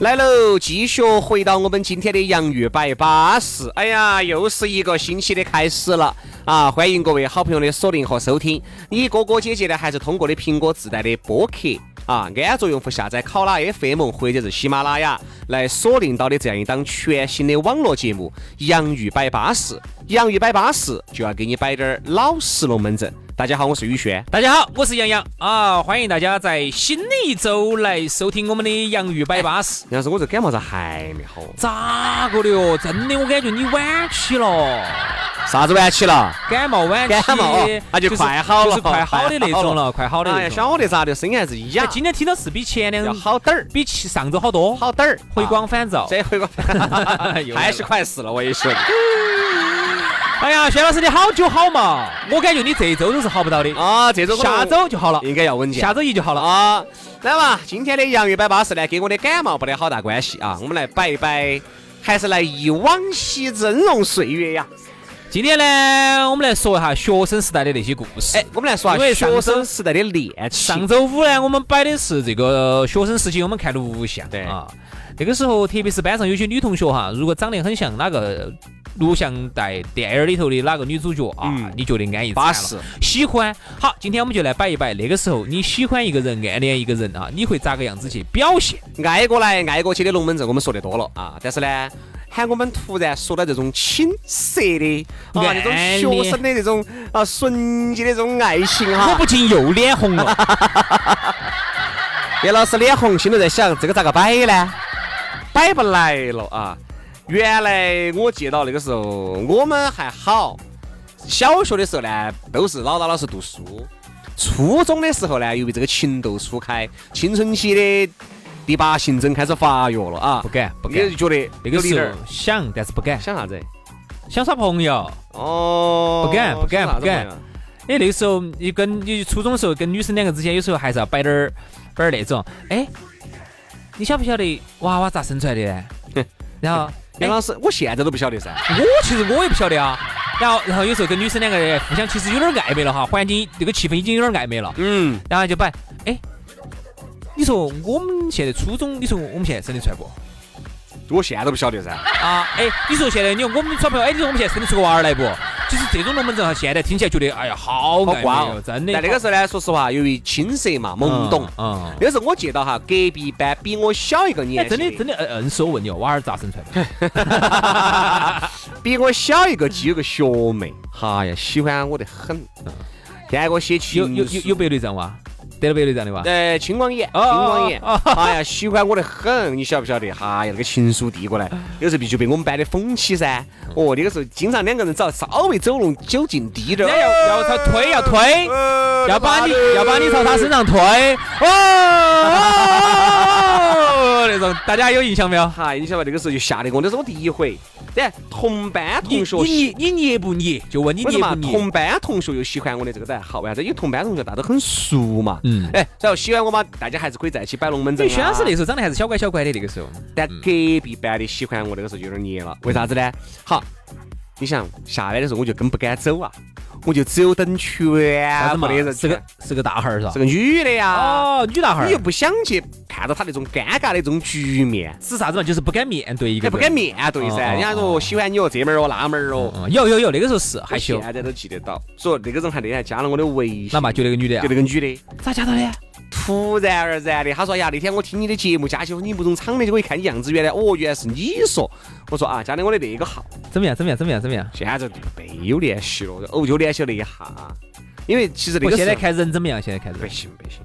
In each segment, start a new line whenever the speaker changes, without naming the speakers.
来喽，继续回到我们今天的洋芋摆巴士。哎呀，又是一个星期的开始了啊！欢迎各位好朋友的锁定和收听。你哥哥姐姐呢，还是通过的苹果自带的播客啊，安卓用户下载考拉 FM 或者是喜马拉雅来锁定到的这样一档全新的网络节目《洋芋摆巴士》。洋芋摆巴士就要给你摆点儿老实龙门阵。大家好，我是宇轩。
大家好，我是杨洋啊，欢迎大家在新的一周来收听我们的洋芋摆巴士。
杨老师，我这感冒咋还没好？
咋个的哟？真的，我感觉你晚起了，
啥子晚起了？
感冒晚期，
感冒哦那就是快好了
就是快好的那种了，快好的
哎
那
呀，
种。
晓得咋的，声音还是一样
哎，今天听到是比前
要
两
好点儿，
比其上周好多，
好点儿，
回 光返照
嗯啊。这回光
又来了
还是快死了，我也是。
哎呀，轩老师，你好久好嘛？我感觉你这一周都是好不到的，
啊，这周可能
下周就好了，
应该要稳健。
下周一就好了。
啊，来嘛，今天的洋芋摆巴士呢，跟我的感冒没得好大关系啊，我们来摆一摆，还是来忆往昔峥嵘岁月呀。
今天呢，我们来说一下学生时代的那些故事。
哎，我们来说
因
下
为上
学
周
生时代的恋情
上。周五呢，我们摆的是这个学生时期，我们看录像。
对
啊，那个时候，特别是班上有些女同学哈，如果长得很像哪个录像带电影里头的哪个女主角啊，
嗯
你觉得安逸惨
巴
了
适，
喜欢。好，今天我们就来摆一摆，那个时候你喜欢一个人，暗恋一个人啊，你会咋个样子去表现？
爱过来爱过去的龙门阵，我们说的多了啊，但是呢。喊我们突然说到这种青涩的啊，
爱
这种学生的这种啊纯洁的这种爱情
我
哈，
不禁又脸红了。
别老师脸红，心头在想这个咋个摆呢？摆不来了啊！原来我记到那个时候，我们还好，小学的时候呢，都是老老老实读书。初中的时候呢，由于这个情窦初开，青春期的第八性征开始发育了啊
不，敢，不
你
敢
就。觉得
那个
有点
时
儿
候想，但是不敢，
想啥子？
想耍朋友。
哦，
不敢不敢
想啥子
不敢
朋友。
哎，那个时候你跟你初中的时候跟女生两个之间，有时候还是要摆点儿摆点儿那种。哎，你晓不晓得娃娃咋生出来的呢？ 然后，哎
杨，老师，我现在都不晓得噻。
我其实我也不晓得啊。然后，然后有时候跟女生两个人互相其实有点儿暧昧了哈，环境这个气氛已经有点儿暧昧了。
嗯，
然后就摆，哎，你说我们现在初中，你说我们现在生得出来不？
我现在都不晓得噻。
啊，哎，你说现在你说我们耍朋友，哎，你说我们现在生得出个娃儿来不？就是这种龙门阵哈，现在听起来觉得哎呀好
好
暧昧
瓜
哦
哦，，
真的。
但那个时候呢，说实话，由于青涩嘛，懵懂。
嗯。嗯
那时候我记到哈，隔壁班比我小一个
哎，
年纪，
真的真的，嗯，是我问你哦，娃儿咋生出来的？
比我小一个几有个学妹，哈呀，喜欢我得很。现在给我写情
有有有有
书
白内障哇？得了白内障的哇？
呃，青光眼，青
哦
光眼，
哦
哎呀，喜欢我得很，你晓不晓得？哎哈呀，那个情书递过来，有时候就被我们班的风气噻。哦，那个时候经常两个人只要稍微走拢，酒劲低点
人
儿，
家要要他推要推，
呃
要把你要把你朝他身。上推， 哦，那种大家有印象没有？
哈，哎你晓得吧？那个时候就吓得我，那是我第一回。但同班
你
同学
你你你捏不捏？就问你
为什
捏不
么
捏？
同班同学又喜欢我的这个，大家好为啥子？因为同班同学大家都很熟嘛。
嗯
哎，然后喜欢我嘛，大家还是可以在一起摆龙门
因
阵、
为
啊。
薛老师那时候长得还是小乖小乖的，那个时候，
但隔壁班的喜欢我那个时候就有点黏了，为啥子呢？好，你想下班的时候我就更不敢走啊，我就只有等全部
嘛
的啊人，
是个是个大孩儿是吧
是？个女的呀，
哦，女大孩
你又
儿
不想去看到她那种尴尬的这种局面，
是啥子嘛？就是不敢面对一
也哎
个人，哦
不敢面对噻。人家说喜欢你哦，这门儿哦，那门儿哦，
嗯。有有有，那个时候是害羞
我，现在都记得到。所以那个人还那天还加了我的微信，
那嘛就那个女的啊
就，那个女的。
咋加到的？
突然而然的，他说哎呀，那天我听你的节目，加起你某种场面，结果一看你样子，原来哦，原来是你说。我说啊，加的我的那个号，
怎么样？怎么样？怎么样？怎么样？
现在就没有联系了，偶就联系了一下，因为其实那
我
个
现在
时候
看人怎么样？现在看
不
人，
行不行，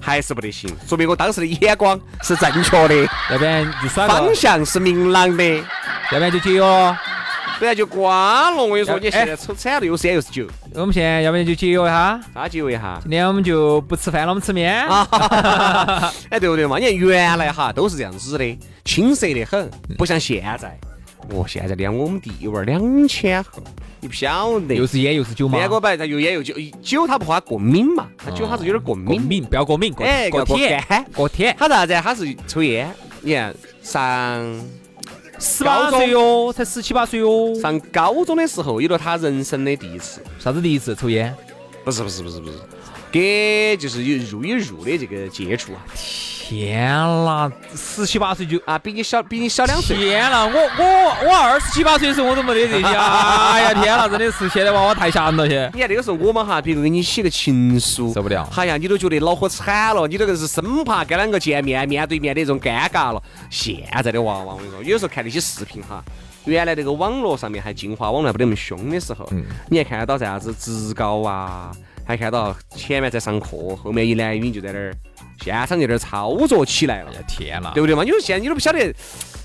还是不得行，说明我当时的眼光是正确 的，
要不然就耍个
方，向是明朗的，
要不然就解约。
不然就瓜了。我跟你说，
哎
你现在抽惨了，又三又是九，
我们现在要不然就节约一下，
那就一下。
今天我们就不吃饭了，我们吃面啊。
啊， 哎，对不对嘛？你看原来哈都是这样子的，青涩得很，不像现在。哦，现在连我们弟娃儿两千后，你不晓得。
又是烟又是酒嘛，
烟哥摆，他又烟又酒，酒他不怕过敏嘛，他酒他是有点过
过
敏。
敏，不要过敏，过
哎，
过
铁
甜，，过甜。
他啥子啊？他是抽烟。你看上
十八岁哟，才十七八岁哟。
上高中的时候，有了他人生的第一次。
啥子第一次抽烟？
不是不是不是不是，给就是有入与入的这个接触啊，
天啦，十七八岁就。
啊，比你小比你小两岁。
天啦，我我我二十七八岁的时候我都没得这些， 哎呀天啦，真的是现在娃娃太吓人了些。
你看那个时候我们哈，别个给你写个情书，
受不了
哎呀，你都觉得恼火惨了，你这个是生怕跟两个见面面对面的那种尴尬了。现在的娃娃，我跟你说，有时候看那些视频哈，原来那个网络上面还进化网络还不得那么凶的时候，
嗯
你还看得到啥子职高啊，还看到前面在上课，后面一男一女就在那儿现场就在那儿操作起来了
哎。呀天啦
对，不对嘛？你说现在你都不晓得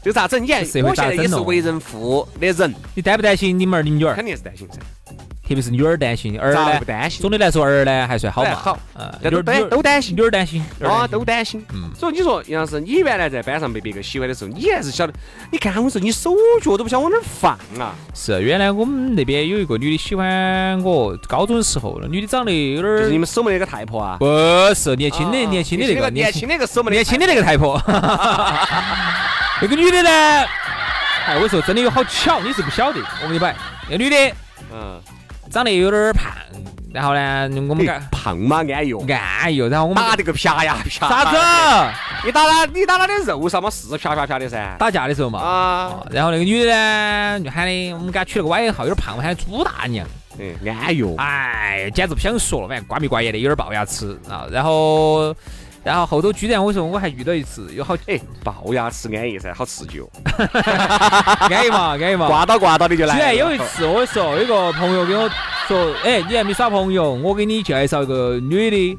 这个咋整，你看
社会
我
咋
现在也是
整哦
为人父的人，
你担不担心你们儿你女儿？
肯定是担心噻，
特别是女儿担心，儿
咋
呢
不担心
总？的来说儿呢还算好嘛，
哎好
嗯，
这
女
都
儿
担
女儿
都担心
女。儿担心，女儿担
啊，
心
都担心。
嗯
所以你说杨老师，你原来在班上被别个喜欢的时候，你还是晓得，你看我说你手脚都不晓得往哪儿放啊。
是原来我们那边有一个女的喜欢我，高中的时候，那女的长得有点
就是你
儿，
们守门那个太婆啊，
不是年轻的
啊
年轻的那个
年轻
的
那个守门
年轻的那个太婆， 那个女的呢，哎，我说真的有好巧，你是不晓得，我给你摆，那女的
嗯，
长得有点儿胖，然后呢，我们
嘿
感
哎胖嘛安逸哦，
哎呦，然后我们
打得个啪呀啪。
啥子？啊
你打他，你打他的肉上嘛是啪啪啪的噻。
打架的时候嘛。
啊
哦，然后那个女的呢，就喊的，我们给她取了个外号，有点胖，我喊她猪大娘。
嗯，安逸哦。
啊哎，简直不想说了，反正瓜米瓜眼的，有点龅牙齿啊。然后，然后后头居然我说我还遇到一次，有好
哎，龅牙齿安逸噻，好刺激哦，
安逸嘛，安逸嘛。
刮到刮到的就来
居
了。
然有一次，我说有个朋友跟我说，哎，你还没耍朋友，我给你介绍一个女的，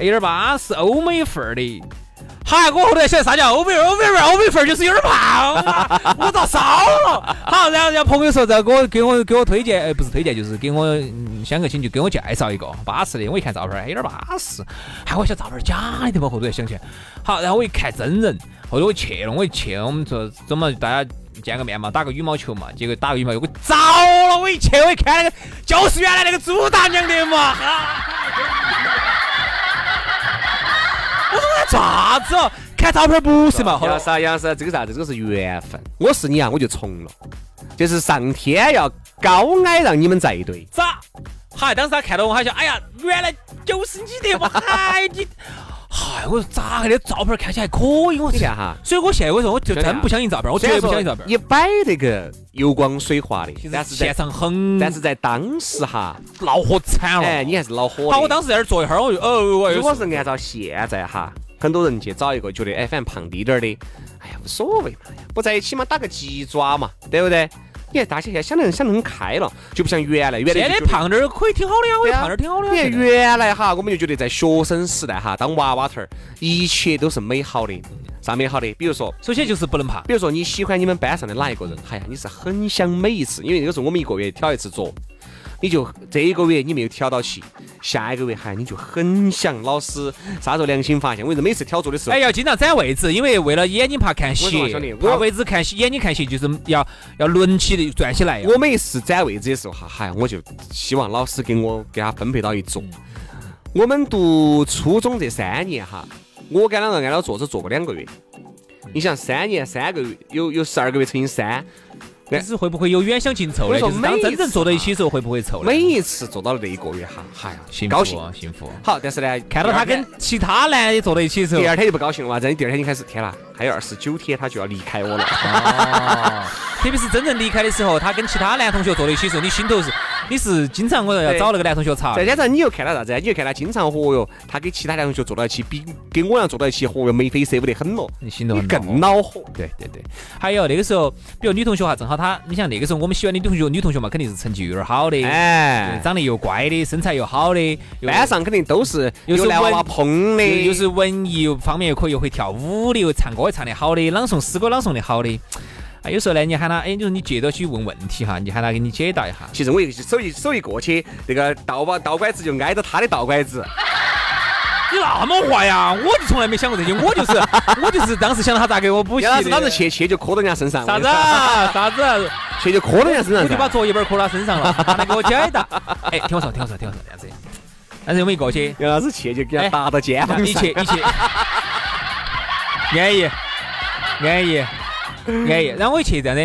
有点巴适，欧美范儿的。嗨，我后头才晓得啥叫欧美范儿欧美范儿欧美范儿就是有点胖嘛，我遭烧了。好，然后人家朋友说再给我给我给我推荐，哎，不是推荐，就是给我嗯相个亲，就给我介绍一个巴适的。我一看照片儿，哎，有点巴适。哎，我想照片儿假的嘛，后头才想起来。好，然后我一看真人，后头我去了，我一去了，我们说怎么大家见个面嘛，打个羽毛球嘛，结果打个羽毛球，我糟了，我一去我一看那个就是原来那个朱大娘的嘛。啊我说我啥子哦？看照片不是嘛？后
杨
来
老师啊，杨老师啊，这个啥子？这个是缘分。我是你啊，我就从了，就是上天要高矮让你们在一堆。
咋？嗨，当时他看到我，他想，哎呀，原来就是你 的嘛！哎，你，嗨，我说咋个的照片看起来还可以？我
你
说
看哈，
所以我现在我说，我就
真的啊
真不相信照片，我绝对不相信照片。
你摆那个油光水滑的，但是
现
在
场很，
但是在当时哈，
恼火惨了。
哎，你还是恼火的。
好，嗯我当时在那儿坐一会儿，我就哦，我
如果
又
是按照现在哈，很多人去找一个觉得哎，反正胖滴点儿的，哎呀无所谓嘛，哎呀不在一起嘛，打个鸡爪嘛，对不对？你看大家现在想得想得很开了，就不像原来，原来
现
就
在
觉得
胖点儿可以挺好的呀，我
对
觉
啊
得胖点儿挺好的呀。
你看
现在
原来哈，我们就觉得在学生时代哈，当娃娃头儿，一切都是美好的，啥美好的？比如说，
首先就是不能胖，
比如说你喜欢你们班上的哪一个人，哎呀，你是很想每一次，因为那个时候我们一个月挑一次桌，你就这一个月你没有挑到起，下一个月哎还你就很想老师啥时候良心发现？为什么每次挑桌的时候
哎，，要经常占位置，因为为了眼睛怕看
我说兄弟
斜，
我
怕位置看斜，眼睛看斜就是要要抡起的转起来呀。
哎我每次占位置的时候哈，嗨，我就希望老师给我给他分配到一桌。我们读初中这三年哈，我跟两个按照坐子坐过两个月。你想三年三个月，有有十二个月乘以三，
但是会不会有远香近臭
我
的？
说
就是当
每一
真正
次
坐到一
啊
起的时候，会不会臭呢？
每一次坐到那一个月哈，嗨呀，
幸
高兴
福。啊幸福。
好，但是呢，
看到他
第二
跟
天
其他男的坐到一起的时候
第，二天就不高兴了嘛，真的第二天就开始，天啦，还有二十九天他就要离开我了。
哦， 特别是真正离开的时候，他跟其他男同学坐到一起的时候，你心头是你是经常我要
对
找那个男同学茬
再，加上你又看到啥子啊？你又看他经常和哟，他跟其他两个同学坐到一起，比跟我俩坐到一起，和哟眉飞色舞得很咯，
你心头
你
很恼火
更恼火。
对对对，还有那个时候，比如女同学哈，正好她，你想那个时候我们喜欢的女同学，女同学嘛，肯定是成绩有点好的，
哎
对，长得又乖的，身材又好的，又
班上肯定都是
又是
有男娃
文
娃捧
又
的，
又是文艺又方面又可以，又会跳舞的，又唱歌又唱得好的，朗诵诗歌朗诵得好的。啊，有时候呢，你喊他，哎，你说你借着去问问题哈，你喊他给你解答一下。
其实我一手一手一过去，那个倒把倒拐子就挨着他的倒拐子，
你那么坏呀？我就从来没想过这些，我就是我就是当时想他咋给我补习
杨老师
的。
当时去去就磕到人家身上，
啥子
我
啊啥子啊？
跟你说？去就磕到人家身上
我就把
噻。
作业本扣他 身上了，让他给我解答。哎，听我说，听我说，听我说，这样子。但是我们一 过去，
杨老师去就给他打到肩膀
你
上，
去，你去，安逸，安逸， 安逸。然后我一去这样的，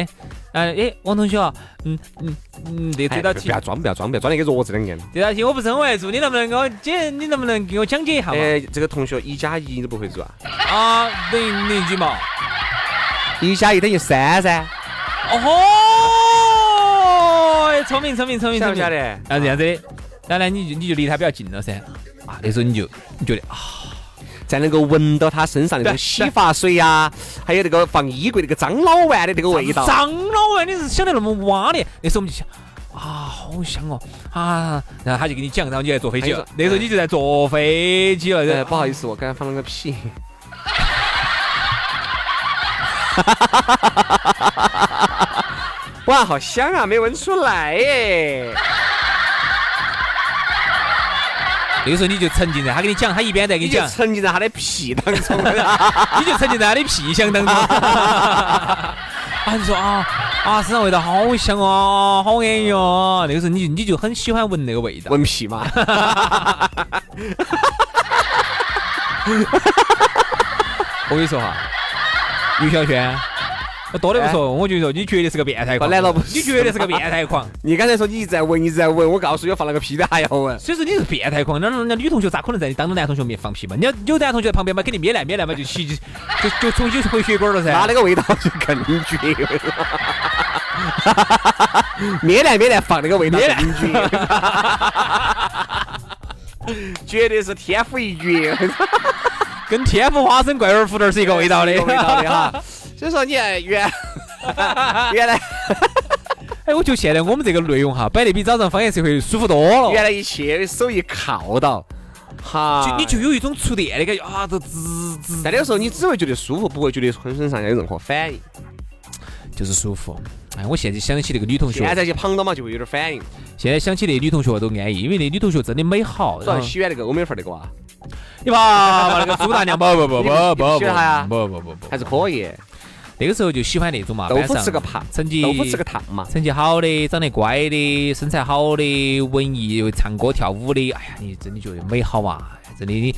嗯，哎，王同学啊，嗯嗯嗯，这
哎
这道
不
题，
要装，不要装，不要装得跟弱智两样。
这道题我不是很会做，你能不能给我解？你能不能给我讲解一下嘛？
哎，这个同学一加一都不会做啊？
啊，等于等于几毛？
一加一等于三噻，
哦吼，聪明聪明聪明
晓
聪
不
明啊
晓。得？
然后这样子的，然后呢，你就你就离他比较近了噻。啊，那时候你就你觉得啊，
才能够闻到他身上那种洗发水呀、还有那个放衣柜那个张老丸的那个味道。
张老啊，你是想得那么挖的。那时候我们就想。啊，好香哦！啊，然后他就给你讲，然后你来坐飞机了
哎。
那时候你就哎在坐飞机了，
呃，
然后
不好意思，我刚才放了个 屁。哇，好香啊，没闻出来耶！
那时候你就沉浸在他给你讲，他一边在给
你
你
就
讲，
沉浸在他的屁当中啊了。
你就沉浸在他的屁香当中。啊，你说啊啊，身上味道好香哦，好安逸哦。那个时候你就你就很喜欢闻那个味道。
闻屁嘛？
我跟你说哈，于小轩，我多的不说，我就说你绝对是个变态狂。
我哎来了不是
你绝对是个变态狂。
你刚才说你一直在闻，一直在闻，我告诉你，我放了个屁的还要闻。
所以说你是变态狂，那那那女同学咋可能在你当着男同学面放屁嘛？你要有男同学在旁边嘛，肯定憋烂憋烂嘛，就 吸就就就重新回血管了噻。
他那个味道就更 绝了，灭来灭来放那个味道更绝， 绝对是天赋异禀，
跟天府花生怪味儿胡同儿是一个味道的。
味道 的哈。 所以说你看原原来
哎，我觉得现在我们这个内容哈，摆得比早上方言社会舒服多了。啊
原来一去手一靠到，哈，
就你就有一种触电的感觉啊，这滋滋，
在那个时候你只会觉得舒服，不会觉得浑身上下有任何反应。
就是舒服。哎，我现在想起那个女同学，
现在去旁到嘛就会有点反应，
现在想起那女同学都安逸，因为那女同学真的美好。
主要
然后
喜欢那个欧美范儿那个啊，
你把把那个猪大娘，不不不不不不
你喜欢她呀
不不不不，
还是可以，
那个时候就喜欢那种嘛，
豆
晚
腐
上
吃个胖，
成绩
豆腐吃个烫嘛。
成绩好的，长得乖的，身材好的，文艺又唱歌跳舞的，哎呀，你真的觉得美好啊！真的你，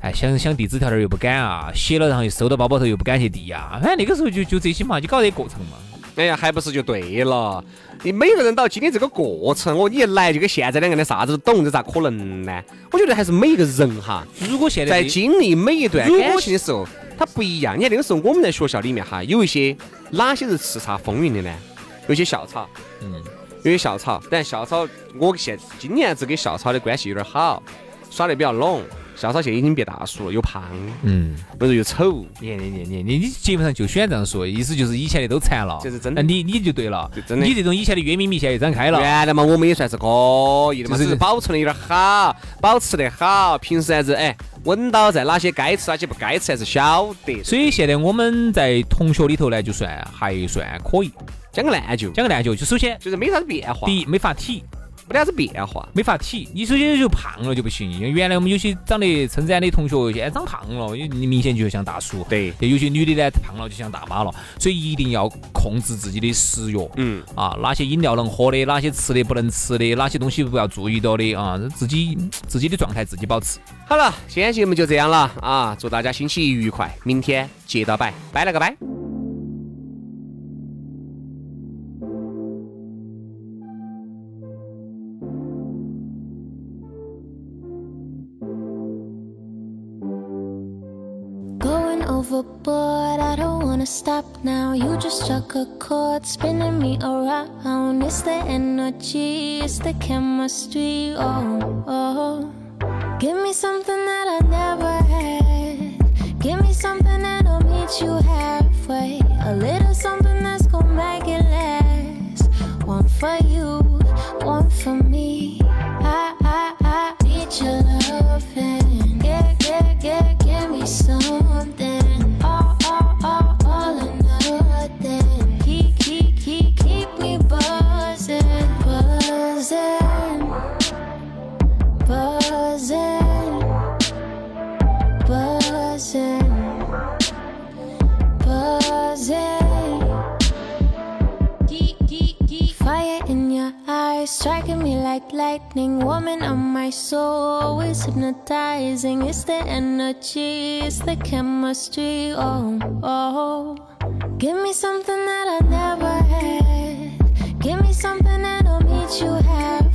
哎，想想递纸条儿又不敢啊，写了然后又收到包包头又不敢去递呀，反正那个时候就就这些嘛，就搞这过程嘛。
哎呀，还不是就对了。你每个人到今天这个过程，哦我你一来就跟现在两个人啥子都懂，这咋可能呢？我觉得还是每个人哈，
如果现在
在
这
经历每一段
如果
感情的时候，他不一样。你看那个时候我们在学校里面哈，有一些哪些是叱咤风云的呢？有些校草，
嗯，
有些校草，但校草我现今年子跟校草的关系有点好，耍得比较拢。校草现在已经变大叔了，又胖，
嗯，
那时候又丑，
你看你你你你你基本上就喜欢这样说，意思就是以前的都馋了，
这是真的
那你你就对了
这，真的
你这种以前的冤秘密现在又张开了。
原来嘛，我们也算是可以的嘛，
哎就是
只是保存的有点好，保持得好。平时还是哎，稳到在哪些该吃，哪些不该吃，还是晓得。
所以现在我们在同学里头呢，就算还算可以。
讲个烂就，
讲个烂就就首先，
就是没啥子变化，
第一没法体，
没得啥子变化。
没法体，你首先就胖了就不行。因为原来我们有些长得称赞的同学，现在长胖了，你你明显就像大叔。
对，
有些女的呢，胖了就像大妈了，所以一定要控制自己的食欲。
嗯，
啊，哪些饮料能喝的，哪些吃的不能吃的，哪些东西不要注意到的啊，自己自己的状态自己保持。
好了，今天节目就这样了啊！祝大家星期一愉快，明天接着摆，拜了个拜。
Going overboard, I don't wanna stop now. You just struck a chord, spinning me around. It's the energy, it's the chemistry. Oh, oh. Give me something that I never had. Give me something that'll meet you halfway. A little something that's gonna make it last. One for you, one for me. I, I, I need your loving. Yeah, yeah, yeah, give me something. All, all, all, all or nothing. He eyes striking me like lightning, warming up my soul, always hypnotizing. It's the energy, it's the chemistry. Oh, oh, give me something that I never had. Give me something that'll meet you half.